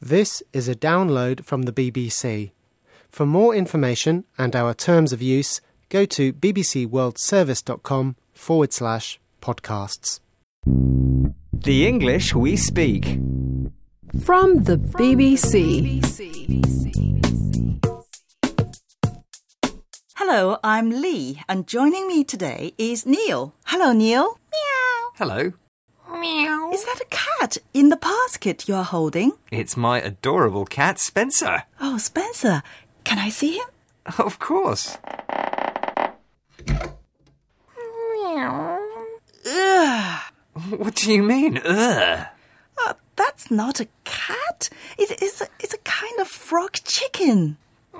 This is a download from the BBC. For more information and our terms of use, go to bbcworldservice.com forward slash podcasts. The English we speak. From the BBC. Hello, I'm Lee, and joining me today is Neil. Hello, Neil. Meow. Hello. Is that a cat in the basket you are holding? It's my adorable cat, Spencer. Oh, Spencer, can I see him? Of course. Ugh. What do you mean? er? Ugh. Uh, that's not a cat. It, it's, a, it's a kind of frog chicken.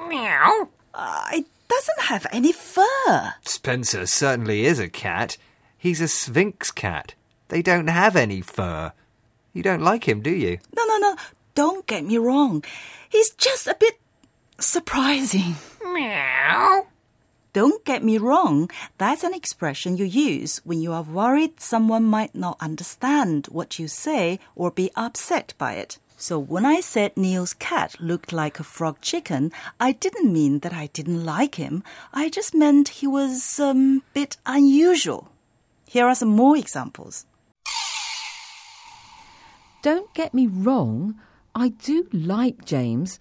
Meow. Uh, it doesn't have any fur. Spencer certainly is a cat. He's a sphinx cat. They don't have any fur. You don't like him, do you? No, no, no. Don't get me wrong. He's just a bit surprising. Meow. Don't get me wrong. That's an expression you use when you are worried someone might not understand what you say or be upset by it. So when I said Neil's cat looked like a frog chicken, I didn't mean that I didn't like him. I just meant he was um, bit unusual. Here are some more examples. Don't get me wrong, I do like James.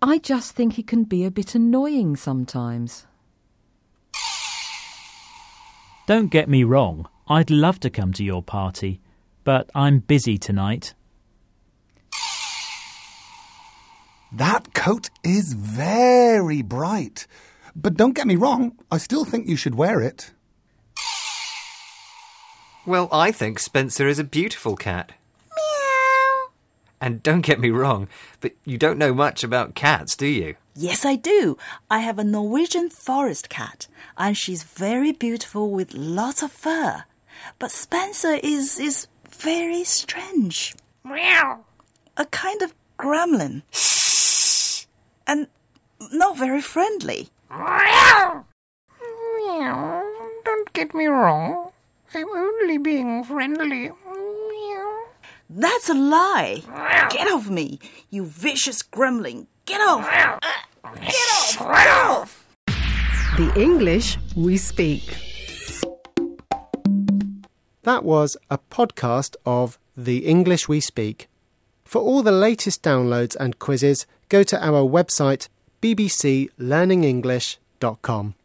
I just think he can be a bit annoying sometimes. Don't get me wrong, I'd love to come to your party, but I'm busy tonight. That coat is very bright. But don't get me wrong, I still think you should wear it. Well, I think Spencer is a beautiful cat. Meow. And don't get me wrong, but you don't know much about cats, do you? Yes, I do. I have a Norwegian forest cat, and she's very beautiful with lots of fur. But Spencer is is very strange. Meow. A kind of gremlin. And not very friendly. Don't get me wrong. I'm only being friendly. That's a lie. Get off me, you vicious gremlin. Get off. The English we speak. That was a podcast of The English We Speak. For all the latest downloads and quizzes, go to our website bbclearningenglish.com.